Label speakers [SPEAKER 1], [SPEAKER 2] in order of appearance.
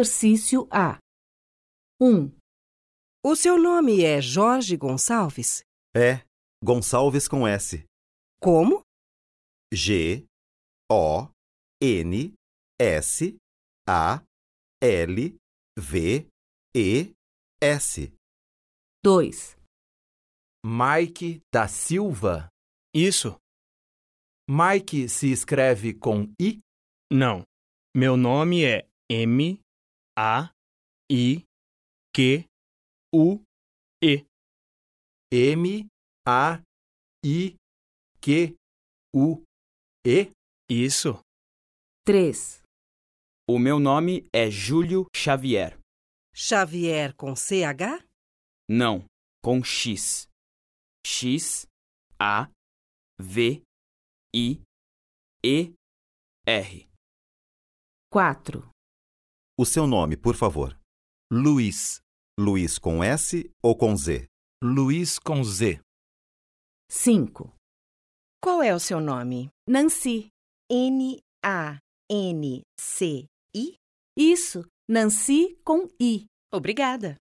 [SPEAKER 1] Exercício A. 1,
[SPEAKER 2] O seu nome é Jorge Gonçalves?
[SPEAKER 3] É, Gonçalves com S.
[SPEAKER 2] Como?
[SPEAKER 3] G, O, N, S, A, L, V, E, S.
[SPEAKER 1] 2,
[SPEAKER 4] Mike da Silva?
[SPEAKER 5] Isso?
[SPEAKER 4] Mike se escreve com I?
[SPEAKER 5] Não. Meu nome é M A I Q U E.
[SPEAKER 4] M, A, I, Q, U, E?
[SPEAKER 5] Isso?
[SPEAKER 1] 3,
[SPEAKER 6] O meu nome é Júlio Xavier.
[SPEAKER 2] Xavier com CH?
[SPEAKER 6] Não, com X. X A V I E R.
[SPEAKER 1] 4,
[SPEAKER 3] O seu nome, por favor.
[SPEAKER 4] Luiz.
[SPEAKER 3] Luiz com S ou com Z?
[SPEAKER 4] Luiz com Z.
[SPEAKER 1] 5,
[SPEAKER 2] Qual é o seu nome?
[SPEAKER 1] Nancy.
[SPEAKER 2] N-A-N-C-I?
[SPEAKER 1] Isso, Nancy com I.
[SPEAKER 2] Obrigada.